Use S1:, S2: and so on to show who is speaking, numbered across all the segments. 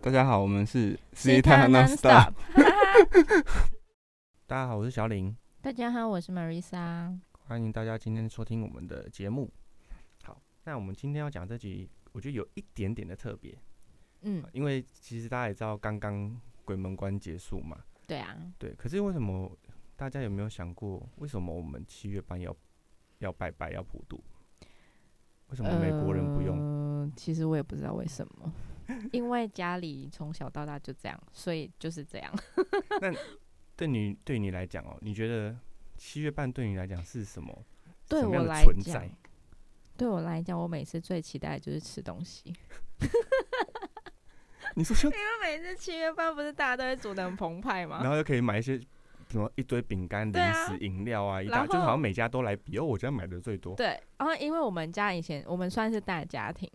S1: 大家好，我们是
S2: C 探
S1: Non
S2: Stop。
S3: 大家好，我是小林，
S2: 大家好，我是 Marisa。
S3: 欢迎大家今天收听我们的节目。好，那我们今天要讲这集，我觉得有一点点的特别，
S2: 嗯，
S3: 因为其实大家也知道刚刚鬼门关结束嘛，
S2: 对啊，
S3: 对。可是为什么大家有没有想过，为什么我们七月半要要拜拜要普渡？为什么美国人不用？
S4: 呃其实我也不知道为什 么，
S2: 因为家里从小到大就这样，所以就是这样。
S3: 对你对你来讲哦，你觉得七月半对你来讲是什么？
S2: 对
S3: 什么
S2: 我
S3: 样的
S2: 来
S3: 存
S2: 讲
S3: 在，
S2: 对我来讲，我每次最期待的就是吃东西。
S3: 你说像
S2: 因为每次七月半不是大家都会煮的很澎湃 吗
S3: 然？后又可以买一些什么一堆饼干、
S2: 对
S3: 零
S2: 啊
S3: 食、饮料啊，一
S2: 然
S3: 大
S2: 后
S3: 就是好像每家都来比，哦，我家买的最多。
S2: 对，然后因为我们家以前我们算是大家庭，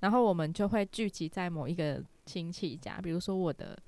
S2: 然后我们就会聚集在某一个亲戚家，比如说我的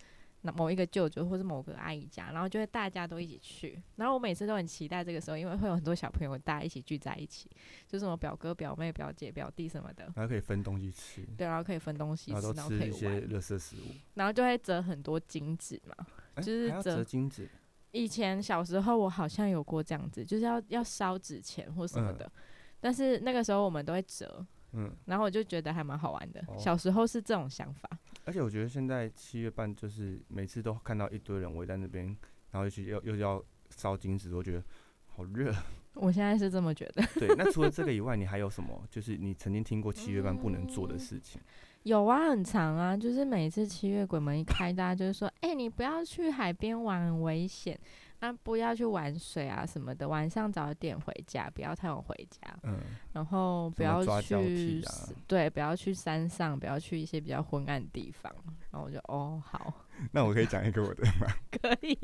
S2: 那某一个舅舅或是某个阿姨家，然后就会大家都一起去。然后我每次都很期待这个时候，因为会有很多小朋友大家一起聚在一起，就什么表哥、表妹、表姐、表弟什么的。
S3: 然后可以分东西吃，
S2: 对，然后可以分东西
S3: 然
S2: 吃
S3: 后，
S2: 然
S3: 都
S2: 后
S3: 吃
S2: 可
S3: 一
S2: 以
S3: 些
S2: 玩，
S3: 垃圾食物，
S2: 然后就会折很多金纸嘛。
S3: 哎
S2: 就是
S3: 还要
S2: 折
S3: 折金子，
S2: 以前小时候我好像有过这样子，就是要要烧纸钱或什么
S3: 嗯
S2: 的，但是那个时候我们都会折，
S3: 嗯。
S2: 然后我就觉得还蛮好玩的。
S3: 哦
S2: 小时候是这种想法，
S3: 而且我觉得现在七月半就是每次都看到一堆人围在那边，然后又去又哦又要烧金子，我觉得好热。
S2: 我现在是这么觉得。
S3: 对，那除了这个以外，你还有什么？就是你曾经听过七月半不能做的事情？
S2: 有啊，很长啊，就是每次七月鬼门一开，大家就是说，哎、你不要去海边玩，很危险啊，不要去玩水啊什么的，晚上早点回家，不要太晚回家，
S3: 嗯，
S2: 然后不
S3: 什么
S2: 要
S3: 抓交
S2: 去
S3: 替啊
S2: 死、对，不要去山上，不要去一些比较昏暗的地方。然后我就哦，好，
S3: 那我可以讲一个我的吗？
S2: 可以，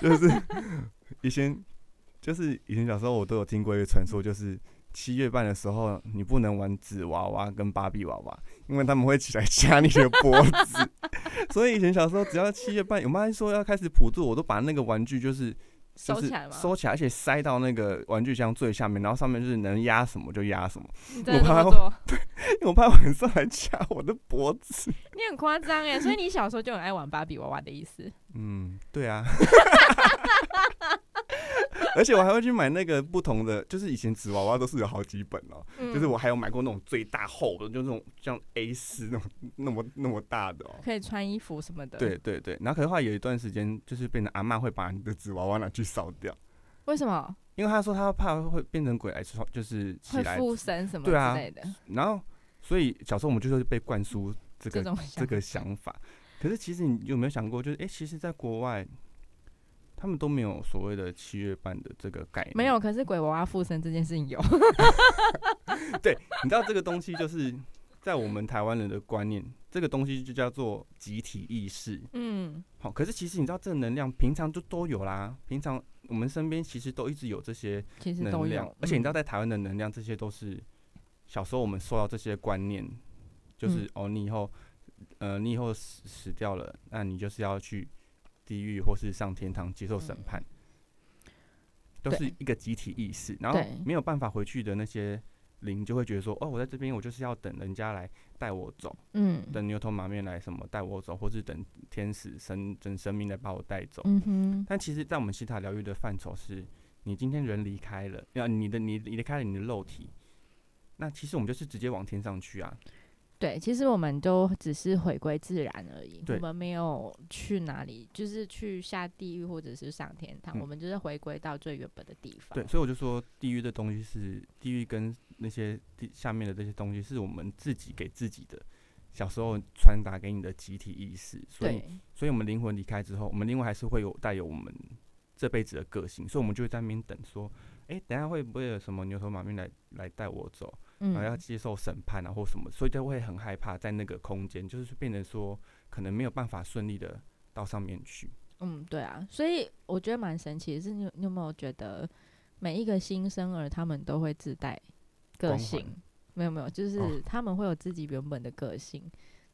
S3: 就是以前，就是以前小时候我都有听过一个传说，就是七月半的时候你不能玩纸娃娃跟芭比娃娃，因为他们会起来掐你的脖子。 所以以前小时候只要七月半，我妈说要开始普渡，我都把那个玩具就是。就
S2: 收
S3: 是
S2: 起来吗？
S3: 收起来，而且塞到那个玩具箱最下面，然后上面就是能压什么就压什么，
S2: 你真的
S3: 我
S2: 这
S3: 怕
S2: 么
S3: 我
S2: 做？
S3: 因为我怕晚上来掐我的脖子。
S2: 你很夸张哎，所以你小时候就很爱玩芭比娃娃的意思？
S3: 嗯，对啊。 而且我还会去买那个不同的，就是以前纸娃娃都是有好几本哦、就是
S2: 嗯
S3: 我还有买过那种最大厚的，就那种像 A 四那种那么那么大的哦、
S2: 可以穿衣服什么的。
S3: 对，对对，然后可是后来有一段时间，就是变成阿嬷会把你的纸娃娃拿去烧掉，
S2: 为什么
S3: 因为她说她怕会变成鬼来烧，就是起
S2: 会
S3: 来。
S2: 附身什么
S3: 对啊
S2: 之类的？
S3: 然后，所以小时候我们就是被灌输这
S2: 这
S3: 个
S2: 种想
S3: 这个想法。可是其实你有没有想过，就是诶，其实在国外，他们都没有所谓的七月半的这个概念。
S2: 没有，，可是鬼娃娃附身这件事情有。
S3: 你知道这个东西就是在我们台湾人的观念，这个东西就叫做集体意识。
S2: 嗯，
S3: 好，可是其实你知道，这个能量平常就都有啦，平常我们身边其实都一直有这些
S2: 其实都
S3: 能量
S2: 有，，
S3: 而且你知道，
S2: 嗯
S3: 在台湾的能量，这些都是小时候我们受到这些观念，
S2: 嗯
S3: 就是、哦，你以后，呃，你以后死死掉了，那你就是要去地狱或是上天堂接受审判，都
S2: 嗯对
S3: 是一个集体意识，然后
S2: 对
S3: 没有办法回去的那些灵就会觉得说，哦，我在这边，我就是要等人家来带我走，
S2: 嗯
S3: 等牛头马面来什么带我走，或是等天使神等神明来把我带走，
S2: 嗯哼，
S3: 但其实，在我们西塔疗愈的范畴是，你今天人离开了，要你的你离开了你的肉体，那其实我们就是直接往天上去啊。
S2: 对，其实我们都只是回归自然而已，
S3: 对
S2: 我们没有去哪里，就是去下地狱或者是上天堂，
S3: 嗯
S2: 我们就是回归到最原本的地方。
S3: 对，所以我就说，地狱的东西是地狱跟那些地下面的这些东西，是我们自己给自己的。小时候传达给你的集体意识，所以，
S2: 对，
S3: 所以我们灵魂离开之后，我们灵魂还是会有带有我们这辈子的个性，所以我们就会在那边等，说，诶，等一下会不会有什么牛头马面来来带我走？然后要
S2: 嗯，
S3: 接受审判啊或什么，所以就会很害怕在那个空间，就是变成说可能没有办法顺利的到上面去。
S2: 嗯，对啊，所以我觉得蛮神奇的是，你有你有没有觉得每一个新生儿他们都会自带个
S3: 光环
S2: 性？没有没有，就是
S3: 哦
S2: 他们会有自己原本的个性。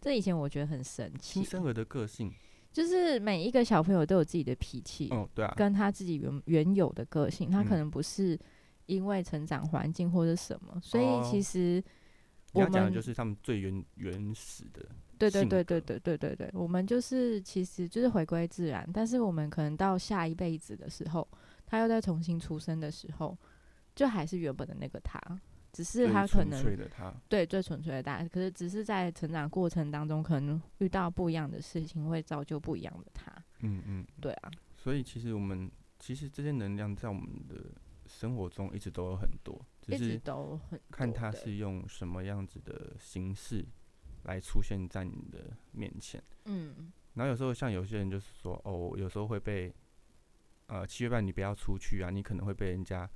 S2: 这以前我觉得很神奇
S3: 新，生儿的个性，
S2: 就是每一个小朋友都有自己的脾气，
S3: 哦，对啊，
S2: 嗯跟他自己原原有的个性，他可
S3: 嗯
S2: 能不是因为成长环境或者什么，所以
S3: 哦
S2: 其实
S3: 你
S2: 我
S3: 要讲的
S2: 们
S3: 就是他们最原原始的
S2: 对对
S3: 性
S2: 对对
S3: 格
S2: 对对对对，我们就是其实就是回归自然，但是我们可能到下一辈子的时候，他又再重新出生的时候，就还是原本的那个他，只是
S3: 最
S2: 他可
S3: 纯
S2: 能
S3: 粹的他，
S2: 对最纯粹的他，可是只是在成长过程当中，可能遇到不一样的事情，会造就不一样的他。
S3: 嗯嗯。
S2: 对啊，
S3: 所以其实我们其实这些能量在我们的生活中一直都有很多，只
S2: 一直
S3: 是
S2: 都很
S3: 看
S2: 多
S3: 它
S2: 对
S3: 是用什么样子的形式来出现在你的面前。
S2: 嗯
S3: 然后有时候像有些人就是说，哦，有时候会被，呃，七月半你不要出去啊，你可能会被人家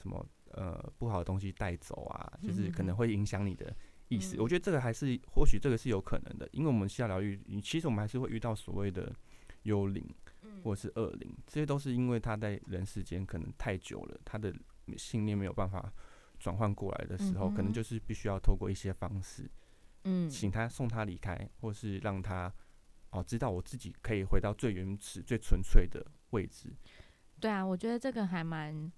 S3: 什么呃不好的东西带走啊，就是
S2: 嗯
S3: 可能会影响你的意识。我觉得这个还是或许这个是有可能的，因为我们下疗愈，你其实我们还是会遇到所谓的幽灵
S2: 嗯
S3: 或者是恶灵，这些都是因为他在人世间可能太久了，他的信念没有办法转换过来的时候，可
S2: 嗯
S3: 能
S2: 哼
S3: 就是必须要透过一些方式，
S2: 嗯
S3: 请他送他离开，或是让他哦知道我自己可以回到最原始、最纯粹的位置。
S2: 对啊，我觉得这个还蛮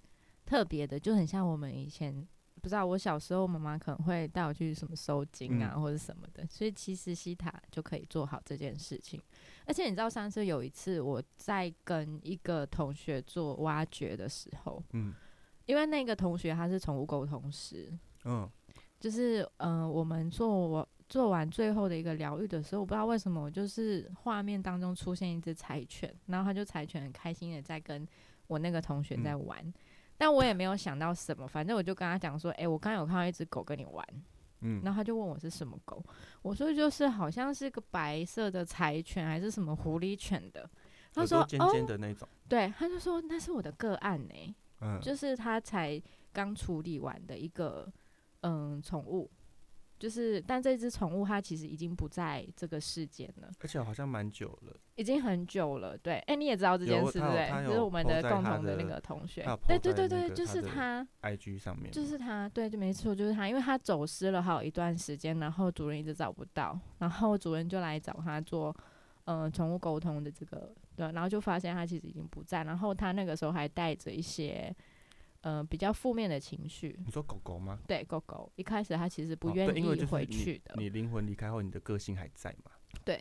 S2: 特别的，就很像我们以前不知道，我小时候妈妈可能会带我去什么收金啊、
S3: 嗯
S2: 或者什么的，所以其实西塔就可以做好这件事情。而且你知道，上次有一次我在跟一个同学做挖掘的时候，
S3: 嗯
S2: 因为那个同学他是宠物沟通师，
S3: 嗯，
S2: 就是呃，我们做我做完最后的一个疗愈的时候，我不知道为什么，我就是画面当中出现一只柴犬，然后它就柴犬很开心的在跟我那个同学
S3: 嗯
S2: 在玩，但我也没有想到什么，反正我就跟他讲说，诶，我刚刚有看到一只狗跟你玩，
S3: 嗯
S2: 然后他就问我是什么狗，我说就是好像是个白色的柴犬还是什么狐狸犬的，他
S3: 耳
S2: 说
S3: 朵尖
S2: 哦，
S3: 尖的那种，
S2: 对，他就说那是我的个案呢、
S3: 嗯，
S2: 就是他才刚处理完的一个嗯宠物，就是但这只宠物它其实已经不在这个世间了，
S3: 而且好像蛮久了，
S2: 已经很久了。对，哎、你也知道这件
S3: 有
S2: 事对
S3: 他
S2: 不
S3: 有
S2: 对
S3: 他？有
S2: 就是我们
S3: po
S2: 的
S3: 在
S2: 共
S3: 他
S2: 同的那
S3: 的
S2: 个同学
S3: 他有，
S2: 对
S3: po
S2: 对
S3: 在
S2: 对
S3: 那
S2: 对，
S3: 个
S2: 就
S3: 他
S2: 是
S3: 的
S2: 他，
S3: IG 上面
S2: 就是他，对，就没错，就是他，因为他走失了好一段时间，然后主人一直找不到，然后主人就来找他做，呃，宠物沟通的这个，对，然后就发现他其实已经不在，然后他那个时候还带着一些，呃，比较负面的情绪，
S3: 你说狗狗吗？
S2: 对狗狗，一开始它其实不
S3: 哦
S2: 愿
S3: 对因为
S2: 意
S3: 就是
S2: 回
S3: 你
S2: 去的，
S3: 你灵魂离开后，你的个性还在嘛？
S2: 对。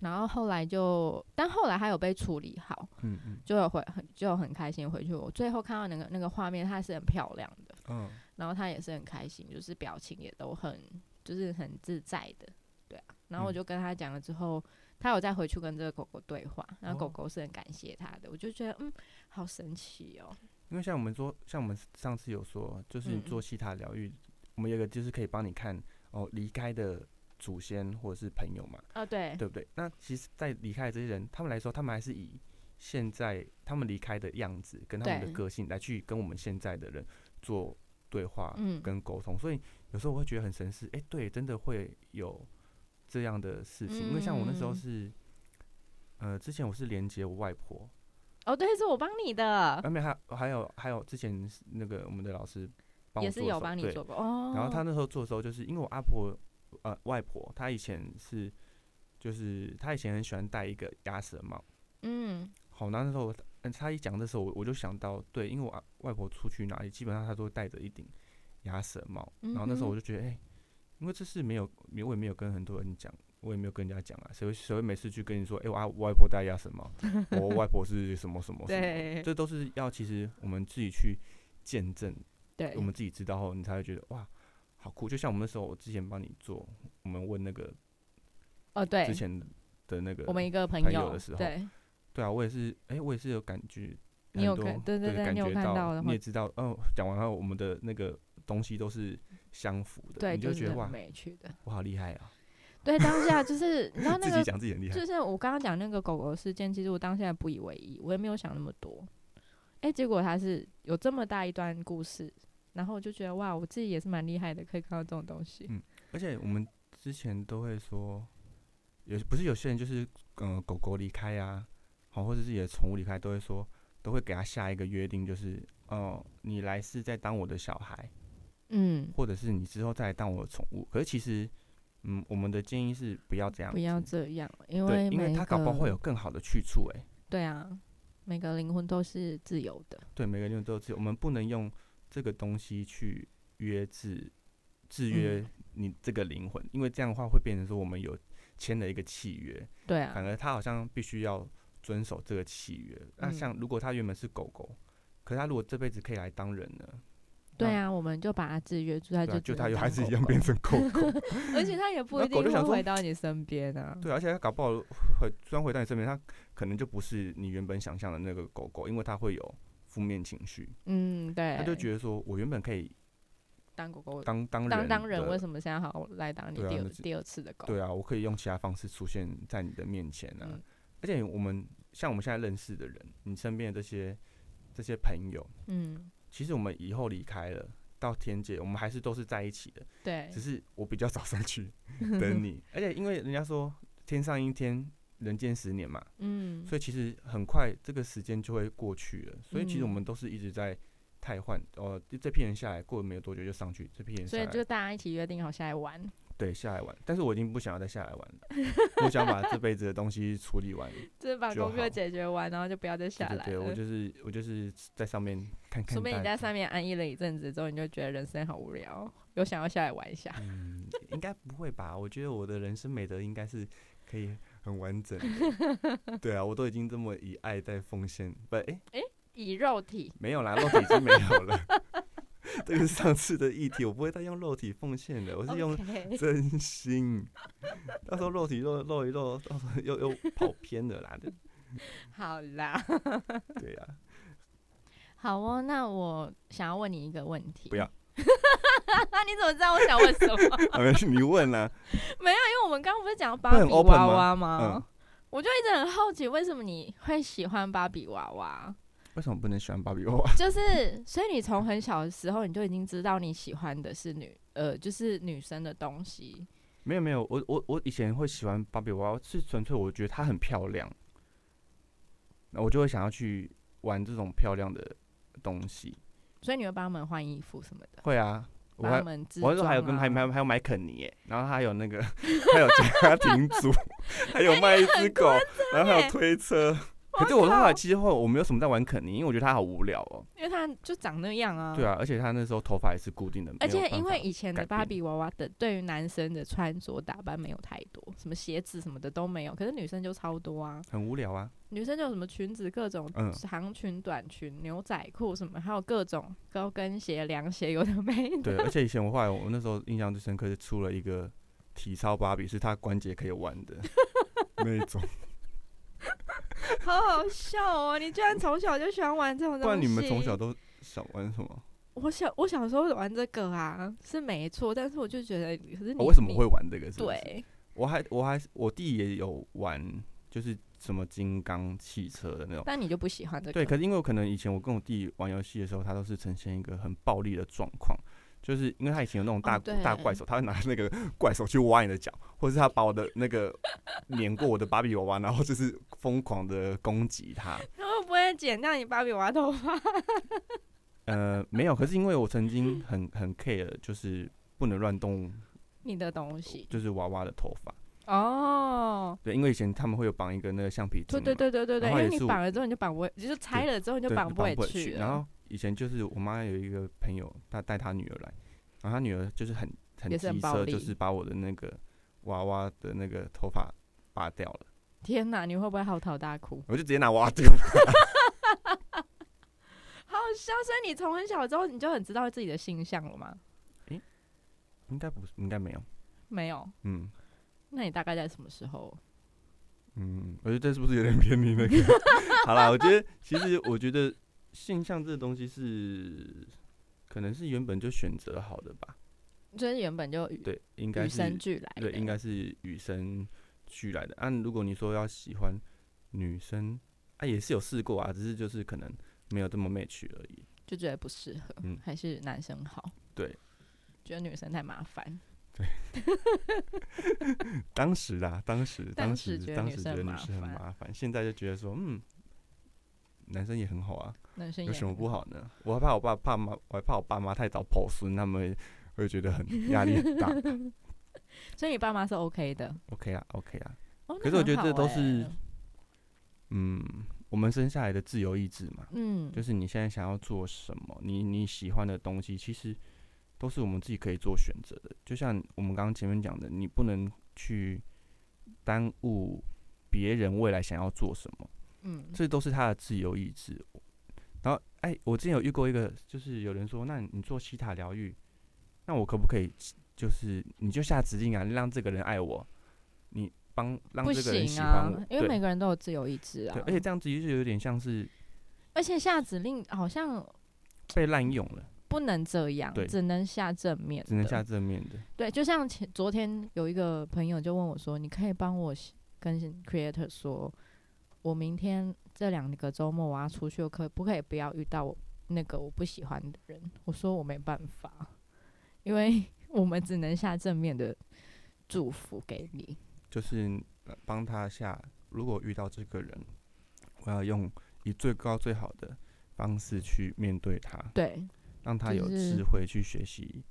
S2: 然后后来就，但后来它有被处理好，
S3: 嗯嗯
S2: 就有回很就很开心回去。我最后看到那个那个画面，它是很漂亮的，
S3: 嗯，
S2: 然后它也是很开心，就是表情也都很就是很自在的，对啊。然后我
S3: 嗯
S2: 就跟他讲了之后，他有再回去跟这个狗狗对话，然后
S3: 哦
S2: 狗狗是很感谢他的，我就觉得嗯，好神奇哦，
S3: 因为像我们说，像我们上次有说，就是你
S2: 嗯
S3: 做西塔疗愈，我们有一个就是可以帮你看哦离开的祖先或者是朋友嘛，
S2: 啊对，
S3: 对不对？那其实，在离开的这些人，他们来说，他们还是以现在他们离开的样子跟他们的
S2: 对
S3: 个性来去跟我们现在的人做对话
S2: 嗯
S3: 跟沟通，所以有时候我会觉得很神似，哎、对，真的会有这样的事情，因为像我那时候
S2: 嗯
S3: 是。呃，之前我是连接我外婆，
S2: 哦对，是我帮你的，
S3: 外面还还有还有之前是那个我们的老师呃帮我
S2: 也
S3: 做
S2: 是
S3: 的时
S2: 有
S3: 候
S2: 帮你
S3: 对
S2: 做过哦。
S3: 然后他那时候做的时候，就是因为我阿婆呃外婆，她以前是就是她以前很喜欢戴一个鸭舌帽。
S2: 嗯
S3: 好，那那时候我嗯她一讲的时候，我我就想到，对，因为我阿外婆出去哪里，基本上她都会戴着一顶鸭舌帽。然后那时候
S2: 嗯哼
S3: 我就觉得，哎、因为这事没有，没我也没有跟很多人讲，我也没有跟人家讲啊，谁会谁会每次去跟你说，哎、我阿我外婆戴鸭舌帽，我外婆是什么什么什么的，
S2: 对
S3: 这都是要其实我们自己去见证，
S2: 对，
S3: 我们自己知道后，你才会觉得哇，好酷！就像我们那时候，我之前帮你做，我们问那个
S2: 哦对
S3: 之，前的那个，
S2: 我们一个朋
S3: 朋友的时候
S2: 对，
S3: 对啊，我也是，哎、我也是有感觉很多，
S2: 你有看对对对
S3: 感
S2: 你有
S3: 觉
S2: 看到
S3: 到，
S2: 的
S3: 你
S2: 话
S3: 也知道，哦，讲完后我们的那个东西都是相符的，
S2: 对，
S3: 你就
S2: 就是
S3: 觉得
S2: 很
S3: 哇，
S2: 没趣的。
S3: 我好厉害啊！
S2: 对，当下就是你知 道啊那
S3: 自己
S2: 个，
S3: 讲自己很厉害
S2: 就，是我刚刚讲那个狗狗事件，其实我当下也不以为意，我也没有想那么多。哎、结果它是有这么大一段故事，然后我就觉得哇，我自己也是蛮厉害的，可以看到这种东西。
S3: 而且我们之前都会说，有不是有些人就是嗯、呃狗狗离开啊，好或者是你的宠物离开，都会说都会给他下一个约定，就是哦、你来世再当我的小孩，
S2: 嗯，
S3: 或者是你之后再来当我的宠物。可是其实，嗯，我们的建议是不要这样子，
S2: 不要这样，因
S3: 对，
S2: 为
S3: 因为
S2: 每
S3: 他搞不好
S2: 个
S3: 会有更好的去处、欸。哎，
S2: 对啊，每个灵魂都是自由的。
S3: 对，每个人都有自由，我们不能用这个东西去
S2: 嗯
S3: 约制制约你这个灵魂，因为这样的话会变成说我们有签了一个契约，
S2: 对啊，
S3: 反而它好像必须要遵守这个契约。那
S2: 嗯
S3: 像如果它原本是狗狗，可是它如果这辈子可以来当人呢？
S2: 对啊，我们就把它制约住，它
S3: 对啊，
S2: 就
S3: 就
S2: 只
S3: 它
S2: 能
S3: 又
S2: 当
S3: 还是
S2: 狗
S3: 一样
S2: 狗
S3: 变，成狗狗。
S2: 而且它也不
S3: 那
S2: 一
S3: 狗
S2: 定
S3: 就
S2: 会
S3: 想说
S2: 回到你身边啊。
S3: 对，而且它搞不好回虽然回到你身边，它可能就不是你原本想象的那个狗狗，因为它会有负面情绪，
S2: 嗯，对，
S3: 它就觉得说我原本可以
S2: 当狗狗
S3: 当当人
S2: 当当人，
S3: 的
S2: 为什么现在好来当你
S3: 对啊
S2: 第
S3: 那
S2: 二
S3: 是
S2: 第二次的狗？
S3: 对啊，我可以用其他方式出现在你的面前啊。
S2: 嗯
S3: 而且我们像我们现在认识的人，你身边的这些这些朋友，
S2: 嗯，
S3: 其实我们以后离开了，到天界，我们还是都是在一起的，
S2: 对
S3: 只，是我比较早上去 等 你。而且因为人家说天上一天，人间十年嘛，
S2: 嗯，
S3: 所以其实很快这个时间就会过去了。所以其实我
S2: 嗯
S3: 们都是一直在汰换，哦、这这批人下来过了没有多久就上去，这批人下
S2: 所以
S3: 来
S2: 就大家一起约定好下来玩。
S3: 对，下来玩，但是我已经不想要再下来玩了，我想把这辈子的东西处理 完。
S2: 就是把
S3: 就
S2: 功课
S3: 好
S2: 解决完，然后就不要再下
S3: 对对
S2: 来
S3: 对，我
S2: 了。
S3: 就是我就是在上面看看。
S2: 说不定你在上，面安逸了一阵子之后，你就觉得人生好无聊，有想要下来 玩一下。
S3: 嗯，应该不会吧？我觉得我的人生美德应该是可以很完整 的对啊，我都已经这么以爱在奉献，不，哎、
S2: 以肉体，
S3: 没有啦，肉体已经没有了。 这个是上次的议题，我不会再用肉体奉献的，我是用
S2: OK
S3: 真心。到时候肉体肉肉一肉，到时候又又跑偏了啦，对
S2: 好 啦，
S3: 对啊。
S2: 好哦。那我想要问你一个问题。
S3: 不要。
S2: 那 你怎么知道我想问什么？ 因
S3: 啊，没事，你问啦、
S2: 为我们刚刚不是讲芭
S3: 会很
S2: 比
S3: open
S2: 娃
S3: 吗
S2: 娃吗？
S3: 嗯
S2: 我就一直很好奇，为什么你会喜欢芭比娃娃？
S3: 为什么不能喜欢芭比娃娃？
S2: 就是，所以你从很小的时候你就已经知道你喜欢的是女，呃，就是女生的东西。
S3: 没有没有，我我我以前会喜欢芭比娃娃，是纯粹我觉得她很漂亮，那我就会想要去玩这种漂亮的东西。
S2: 所以你会帮他们换衣服什么的，
S3: 会啊，我
S2: 帮他
S3: 还
S2: 们制
S3: 我那时候还有
S2: 装
S3: 跟还
S2: 啊
S3: 还还有买肯尼耶，然后还有那个还有家庭 主，还有卖一只狗，然后还有
S2: 欸
S3: 推 车。可是我后来其实后我没有什么在玩肯尼，因为我觉得它好无聊哦。
S2: 因为它就长那样啊。
S3: 对。啊，而且它那时候头发也是固定的，
S2: 而
S3: 没有
S2: 且
S3: 办
S2: 因为
S3: 法
S2: 以前
S3: 改
S2: 的芭
S3: 变
S2: 比娃娃的对于男生的穿着打扮没有太多，什么鞋子什么的都没有，可是女生就超多啊。
S3: 很无聊 啊，
S2: 女生就有什么裙子、各种
S3: 嗯
S2: 长裙、短裙、牛仔裤什么，还有各种高跟鞋、凉鞋，有的没的。
S3: 对，而且以前我后来我那时候印象最深刻是出了一个体操芭比，是它关节可以弯 的那一种。
S2: 好好笑哦！你居然从小就喜欢玩这种东西。
S3: 不然你们从小都想玩什么？
S2: 我小我小时候玩这个啊，是没错，但是我就觉得，可是你、
S3: 哦我、为什么
S2: 你
S3: 会玩这个是不是？
S2: 对？
S3: 我还我还我弟也有玩，就是什么金刚汽车的那种。
S2: 但你就不喜欢这个。
S3: 对，可是因为我可能以前我跟我弟玩游戏的时候，他都是呈现一个很暴力的状况，就是因为他以前有那种大、
S2: 哦对
S3: 大怪手，他会拿那个 怪手去挖你的脚，或是他把我的那个碾过我的芭比娃娃，然后就是疯狂的攻击他。
S2: 他会不会剪掉你芭比娃娃头发？
S3: 呃， 没有，可是因为我曾经很很 care，就是不能乱动，
S2: 你的东西
S3: 就是娃娃的头发。
S2: 哦。
S3: 对，因为以前他们会有绑一个那个橡皮筋
S2: 对
S3: 嘛，
S2: 对对对对
S3: 然
S2: 对，因
S3: 后
S2: 为
S3: 也
S2: 你
S3: 是我
S2: 绑了之后你就绑不回，就是拆了之后你就
S3: 对
S2: 绑
S3: 不
S2: 回
S3: 回嗯
S2: 去了。
S3: 然后以前就是我妈有一个朋友，她带她女儿来，然后她女儿就是很很
S2: 也是很
S3: 机
S2: 暴
S3: 车，
S2: 力
S3: 就是把我的那个娃娃的那个头发拔掉了，
S2: 天哪，你会不会嚎啕大哭？
S3: 我就直接拿娃娃丢。
S2: 好笑！所以你从很小之后你就很知道自己的形象了吗？
S3: 应该不是，应该没有。
S2: 没有，
S3: 嗯
S2: 那你大概在什么时候？
S3: 嗯，我觉得这是不是有点偏离那个？ 好啦，我觉得其实我觉得性向这东西是可能是原本就选择好的吧。
S2: 就是原本就与
S3: 对，应该
S2: 与
S3: 是
S2: 生俱来的，
S3: 对，应该是与生俱来的。按、如果你说要喜欢女生，啊，也是有试过啊，只是就是可能没有这么 match 而已。
S2: 就觉得不适合，
S3: 嗯
S2: 还是男生好。
S3: 对，
S2: 觉得女生太麻烦，
S3: 当时啦，当时，
S2: 当
S3: 当时
S2: 时觉，得
S3: 当
S2: 女
S3: 时
S2: 生
S3: 觉得女
S2: 麻
S3: 生很
S2: 烦
S3: 麻烦，现在就觉得说，嗯，男生也很好啊，
S2: 男生
S3: 有
S2: 也
S3: 什么
S2: 很
S3: 不？好呢？我还怕我爸爸妈，我还怕我爸妈太早抱孙，他们会觉得很压力 很大。
S2: 所以你爸妈是 OK 的。
S3: OK 啊，OK 啊，
S2: 哦、那
S3: 可是我
S2: 很
S3: 觉得这
S2: 好
S3: 都
S2: 欸
S3: 是嗯，我们生下来的自由意志嘛。
S2: 嗯，
S3: 就是你现在想要做什么，你你喜欢的东西，其实都是我们自己可以做选择的。就像我们刚刚前面讲的，你不能去耽误别人未来想要做什么，
S2: 嗯，
S3: 这都是他的自由意志。然后，哎，我之前有遇过一个，就是有人说，那你做西塔疗愈，那我可不可以，就是你就下指令啊，让这个人爱我，你帮让
S2: 不
S3: 这个人喜
S2: 行
S3: 欢
S2: 啊
S3: 我，，
S2: 因为
S3: 对
S2: 每个人都有自由意志啊
S3: 对，，而且这样子就是有点像是
S2: 而且下指令好像
S3: 被滥用了，
S2: 不能这样
S3: 对，
S2: 只能下正面，
S3: 只能下。正面的。
S2: 对，就像前昨天有一个朋友就问我说：“你可以帮我写跟 creator 说，我明天这两个周末我要出去，我可不可以不要遇到我那个我不喜欢的人？”我说我没办法，因为 我们只能下正面的祝福给你。
S3: 就是呃帮他下，如果遇到这个人，我要用以最高最好的方式去面对他，
S2: 对，
S3: 让他
S2: 就
S3: 有
S2: 是
S3: 智慧去学习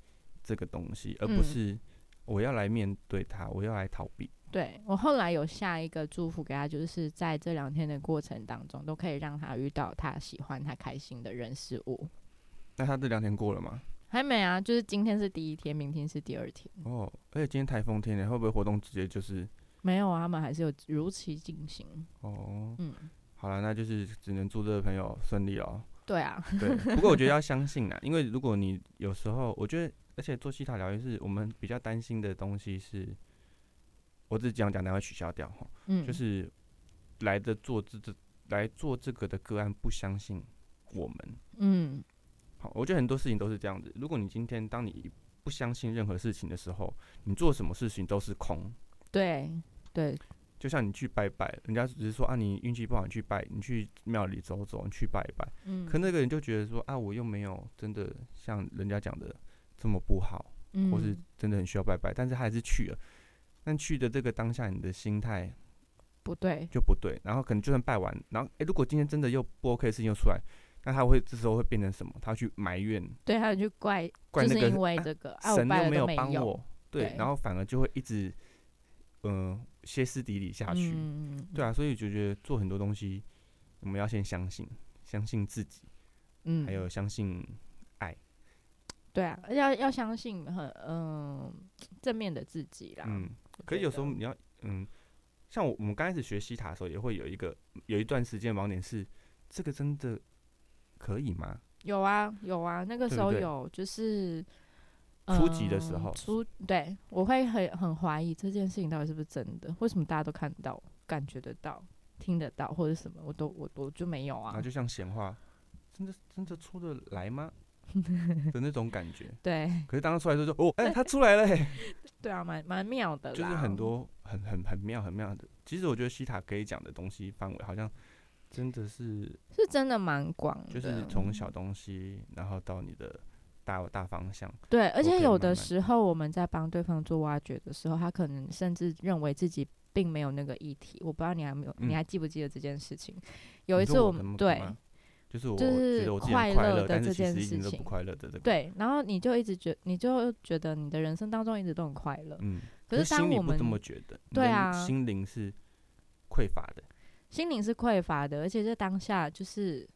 S3: 这个东西，而不
S2: 嗯
S3: 是我要来面对他，我要来逃避。
S2: 对我后来有下一个祝福给他，就是在这两天的过程当中，都可以让他遇到他喜欢、他开心的人事物。
S3: 那他这两天过了吗？
S2: 还没啊，就是今天是第一天，明天是第二天。
S3: 哦，而且今天台风天呢，会不会活动直接就是
S2: 没有啊，他们还是有如期进行。
S3: 哦？
S2: 嗯，
S3: 好了，那就是只能祝这个朋友顺利哦。
S2: 对啊，
S3: 对，不过我觉得要相信啊啦，因为如果你有时候，我觉得，而且做西塔疗愈是我们比较担心的东西是，我只讲讲，然后取消掉哈，
S2: 嗯，
S3: 就是来的做这这来做这个的个案不相信我们，
S2: 嗯，
S3: 好，我觉得很多事情都是这样子。如果你今天当你不相信任何事情的时候，你做什么事情都是空。
S2: 对对
S3: 就像你去拜拜，人家只是说啊，你运气不好，你去拜，你去庙里走走，你去拜一拜。
S2: 嗯，
S3: 可那个人就觉得说啊，我又没有真的像人家讲的这么不好，
S2: 嗯
S3: 或是真的很需要拜拜，但是他还是去了。但去的这个当下，你的心态
S2: 不对，
S3: 就不对，然后可能就算拜完，然后诶，如果今天真的又不 OK 的事情又出来，那他会这时候会变成什么？他去埋怨，
S2: 对，还有就怪，
S3: 怪
S2: 就
S3: 那
S2: 是
S3: 个
S2: 因为
S3: 啊
S2: 这个，啊，我
S3: 神
S2: 拜
S3: 又
S2: 了
S3: 没
S2: 都
S3: 有
S2: 没
S3: 帮
S2: 用，
S3: 我，对，
S2: 对
S3: 然后反而就会一直，嗯、歇斯底里下去，
S2: 嗯，嗯
S3: 对啊，所以就觉得做很多东西，我们要先相信，相信自己，
S2: 嗯，
S3: 还有相信
S2: 对啊，要要相信很嗯正面的自己啦。
S3: 嗯，
S2: 我
S3: 可是
S2: 觉
S3: 有时候
S2: 得
S3: 你要，嗯，像我我们刚开始学西塔的时候，也会有一个有一段时间盲点是，这个真的可以吗？
S2: 有啊有啊，那个
S3: 对
S2: 时
S3: 不
S2: 候
S3: 对
S2: 有就是。
S3: 初级的时
S2: 嗯
S3: 候
S2: 初对，我会很很怀疑这件事情到底是不是真的，为什么大家都看得到、感觉得到、听得到或者什么，我都我我就没有
S3: 然
S2: 啊
S3: 后。就像闲话，真的真的出得来吗？的那种感觉。
S2: 对
S3: 可是当他出来的时候就，哦，哎、他出来 了、欸，
S2: 对啊，蛮蛮妙的啦。
S3: 就是很多很很很妙很妙的。其实我觉得西塔可以讲的东西范围好像真的是
S2: 是真的蛮广的，
S3: 就是从小东西，然后到你的大大方向。
S2: 对，而
S3: 都可
S2: 且
S3: 以
S2: 有
S3: 慢
S2: 的
S3: 慢
S2: 时候我们在帮对方做挖掘的时候，他可能甚至认为自己并没有那个议题。我不知道你还没有，
S3: 嗯
S2: 你还记不记得这件事情？有一
S3: 你
S2: 次
S3: 说我
S2: 我
S3: 的
S2: 们
S3: 吗
S2: 对，
S3: 就是我
S2: 就
S3: 觉
S2: 是
S3: 得我自己
S2: 快
S3: 很快
S2: 乐
S3: 乐，
S2: 的
S3: 但
S2: 这
S3: 是其
S2: 件
S3: 实一点
S2: 事
S3: 都不
S2: 情
S3: 快乐的这个。，
S2: 对，然后你就一直觉，你就觉得你的人生当中一直都很快乐，
S3: 嗯。
S2: 可是
S3: 心
S2: 当
S3: 里
S2: 我
S3: 不
S2: 们
S3: 这么觉得，你
S2: 对
S3: 的
S2: 啊
S3: 心灵是匮乏 的。
S2: 心灵是匮乏的，而且在当下就是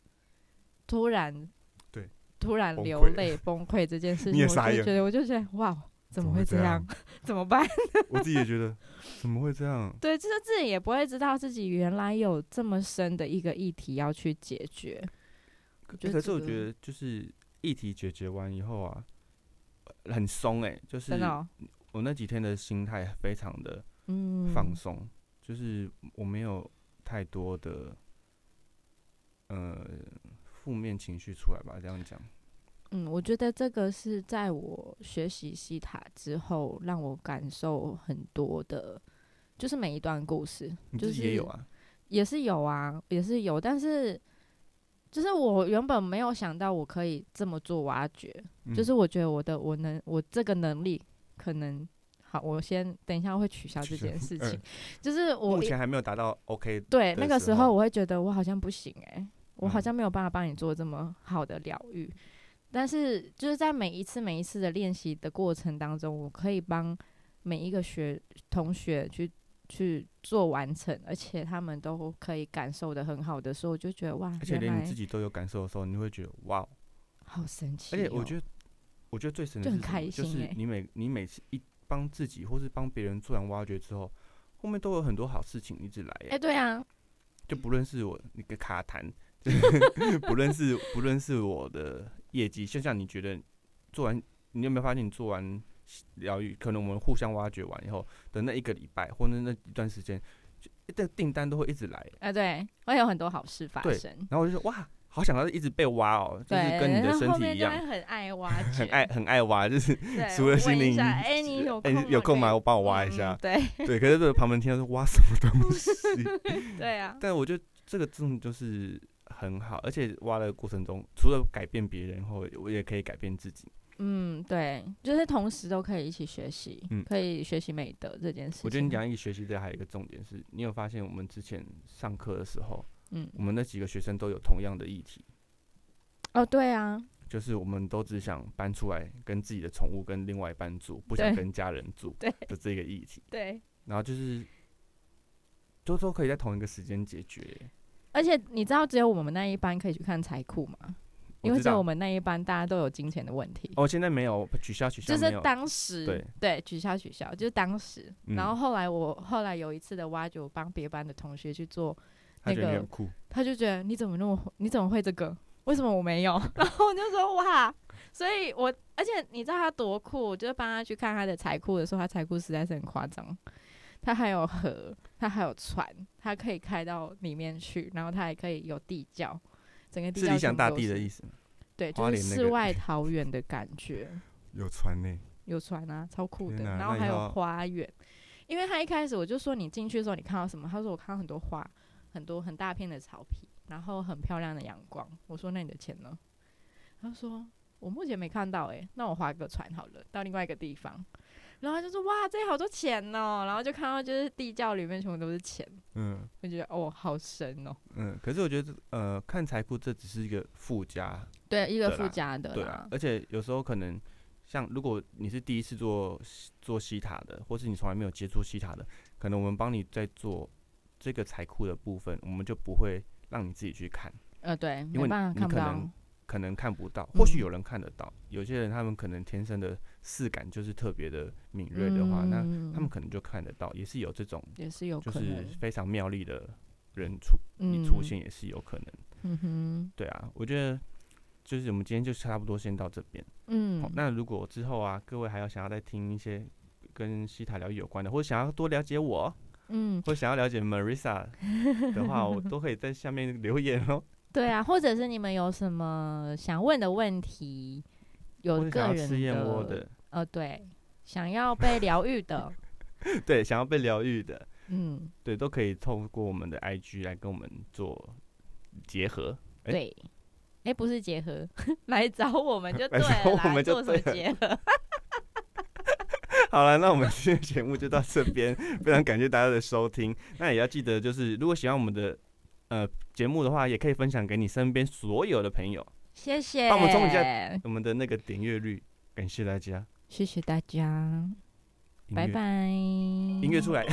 S2: 突然
S3: 对
S2: 突然
S3: 崩
S2: 流
S3: 溃
S2: 泪崩溃这件事
S3: 你
S2: 情，
S3: 也
S2: 我
S3: 傻
S2: 就
S3: 眼
S2: 觉得我就觉得哇，怎么
S3: 么会
S2: 会
S3: 这
S2: 这样？ 怎么办？
S3: 我自己也觉 得，怎么会这样？
S2: 对，就是自己也不会知道自己原来有这么深的一个议题要去解决。
S3: 可
S2: 觉得
S3: 可是
S2: 这
S3: 我
S2: 个
S3: 觉得，就是议题解决完以后啊，呃很松哎、就是
S2: 真的、哦，
S3: 我那几天的心态非常的
S2: 嗯，
S3: 放松，就是我没有太多的呃负面情绪出来吧，这样讲。
S2: 嗯，我觉得这个是在我学习西塔之后，让我感受很多的，就是每一段故事，
S3: 你
S2: 就
S3: 自
S2: 是
S3: 己也有，啊，
S2: 也是有啊，也是有，但是就是我原本没有想到我可以这么做挖掘，就
S3: 嗯
S2: 是我觉得我的我能我这个能力可能好，我先等一下会取消
S3: 取
S2: 这
S3: 消
S2: 件事
S3: 嗯
S2: 情，就是我
S3: 目前还没有达到 OK
S2: 对，
S3: 的
S2: 那个
S3: 时
S2: 时
S3: 候
S2: 候我会觉得我好像不行哎、我好
S3: 嗯
S2: 像没有办法帮你做这么好的疗愈。但是就是在每一次每一次的练习的过程当中，我可以帮每一个学同学去去做完成，而且他们都可以感受的很好的时候，我就觉得哇，
S3: 而且
S2: 原
S3: 连你自
S2: 来
S3: 己都有感受的时候，你会觉得哇哦，
S2: 好神奇
S3: 而
S2: 哦、
S3: 且我觉得，我觉得最神的
S2: 就是很
S3: 什么
S2: 开
S3: 就
S2: 心
S3: 是
S2: 欸
S3: 你每你每次一帮自己或是帮别人做完挖掘之后，后面都有很多好事情一直来、
S2: 哎、
S3: 欸
S2: 对啊，
S3: 就不论是我那个卡 痰，就是不论是不论是我的业绩，就像你觉得做完，你有没有发现你做完疗愈，可能我们互相挖掘完以后的那一个礼拜或者那一段时间，就这订单都会一直来、
S2: 哎、对，会有很多好事发
S3: 对
S2: 生。
S3: 然后我就说哇，好想要一直被挖哦，就是
S2: 对，
S3: 跟你的
S2: 然后
S3: 身
S2: 后
S3: 体
S2: 面
S3: 一
S2: 就
S3: 样
S2: 会，很爱挖掘，
S3: 很爱很爱挖，就是
S2: 对。
S3: 除了
S2: 问
S3: 心
S2: 一
S3: 灵
S2: 下哎、你有
S3: 哎
S2: 空吗？
S3: 有空吗？
S2: 可以
S3: 我帮我挖一
S2: 嗯
S3: 下
S2: 嗯。对
S3: 对，可是这个旁边听到说挖什么东西，
S2: 对啊，
S3: 但我觉得这个真的就是很好，而且挖的过程中，除了改变别人后，我也可以改变自己。
S2: 嗯，对，就是同时都可以一起学习，
S3: 嗯
S2: 可以学习美德这件事情。
S3: 我觉得你讲一个学习的还有一个重点是，你有发现我们之前上课的时候，
S2: 嗯，
S3: 我们那几个学生都有同样的议题，
S2: 哦，对啊，
S3: 就是我们都只想搬出来跟自己的宠物跟另外一半住，不想
S2: 对
S3: 跟家人住
S2: 对
S3: 的这个议题，
S2: 对，
S3: 然后就是。都都可以在同一个时间解决，
S2: 而且你知道只有我们那一班可以去看财库吗？因为
S3: 知
S2: 只有
S3: 道
S2: 我们那一班大家都有金钱的问题，
S3: 哦，现在没有取消，取消
S2: 就
S3: 没
S2: 是
S3: 有。
S2: 当时
S3: 对
S2: 取消取消，就是当时。
S3: 嗯
S2: 然后后来我后来有一次的挖掘，我帮别班的同学去做，
S3: 他
S2: 那
S3: 觉得你
S2: 个
S3: 很酷，
S2: 他就觉得你怎么那么会你怎么会这个？为什么我没有？ 然后我就说哇，所以我而且你知道他多酷，我就帮他去看他的财库的时候，他财库实在是很夸张。他还有河，他还有船，他可以开到里面去，然后他还可以有地窖，整个地
S3: 是
S2: 窖
S3: 理想
S2: 全部
S3: 大
S2: 都
S3: 地的
S2: 是
S3: 意思吗。
S2: 对，
S3: 花
S2: 就是
S3: 莲那
S2: 世
S3: 个
S2: 外桃源的感觉，
S3: 有船呢、
S2: 有船啊，超酷的，
S3: 天哪
S2: 然后
S3: 那
S2: 还
S3: 以
S2: 有
S3: 后
S2: 花园。因为他一开始我就说你进去的时候你看到什么，他说我看到很多花，很多很大片的草皮，然后很漂亮的阳光。我说那你的钱呢？他说我目前没看到诶、那我划个船好了，到另外一个地方。然后他就说哇，这里好多钱哦，然后就看到就是地窖里面全部都是钱，
S3: 嗯
S2: 我觉得哦好神哦，
S3: 嗯，可是我觉得这呃，看财库这只是一个附加，
S2: 对，一
S3: 个对
S2: 个
S3: 啦
S2: 附
S3: 附
S2: 加的
S3: 对啊，而且有时候可能像如果你是第一次做西做西塔的，或是你从来没有接触西塔的，可能我们帮你在做这个财库的部分，我们就不会让你自己去看，
S2: 呃对，
S3: 因为
S2: 没
S3: 你
S2: 办法
S3: 你
S2: 看不
S3: 可
S2: 到，
S3: 能可能看不到，或许
S2: 嗯
S3: 有人看得到，有些人他们可能天生的视感就是特别的敏锐的话，那
S2: 嗯
S3: 他们可能就看得到，也是有这种
S2: 也是有
S3: 就
S2: 可能
S3: 是，非常妙丽的人出你
S2: 嗯
S3: 出现也是有可能。
S2: 嗯哼，
S3: 对啊，我觉得就是我们今天就差不多先到这边。好、
S2: 嗯，
S3: 那如果之后啊，各位还有想要再听一些跟西塔疗愈有关的，或者想要多了解我，
S2: 嗯，
S3: 或者想要了解 Marissa 的话， 我都可以在下面留言哦。
S2: 对啊，或者是你们有什么想问的问题，
S3: 或
S2: 有
S3: 者
S2: 个
S3: 想要
S2: 人
S3: 吃燕窝的，
S2: 呃，对，想要被疗愈的，
S3: 对，想要被疗愈的，
S2: 嗯，
S3: 对，都可以透过我们的 IG 来跟我们做结合。哎
S2: 对。哎、不是结合， 来找我们就对
S3: 来找
S2: 了啦，
S3: 我们就
S2: 做什
S3: 对
S2: 么
S3: 了
S2: 结合？
S3: 好了，那我们今天节目就到这边， 非常感谢大家的收听。那也要记得，就是如果喜欢我们的呃节目的话，也可以分享给你身边所有的朋友。
S2: 谢谢，
S3: 帮我们冲一下我们的那个点阅率，感谢大家。
S2: 谢谢大家，
S3: 音
S2: 拜
S3: 乐，
S2: 拜，
S3: 音乐出来。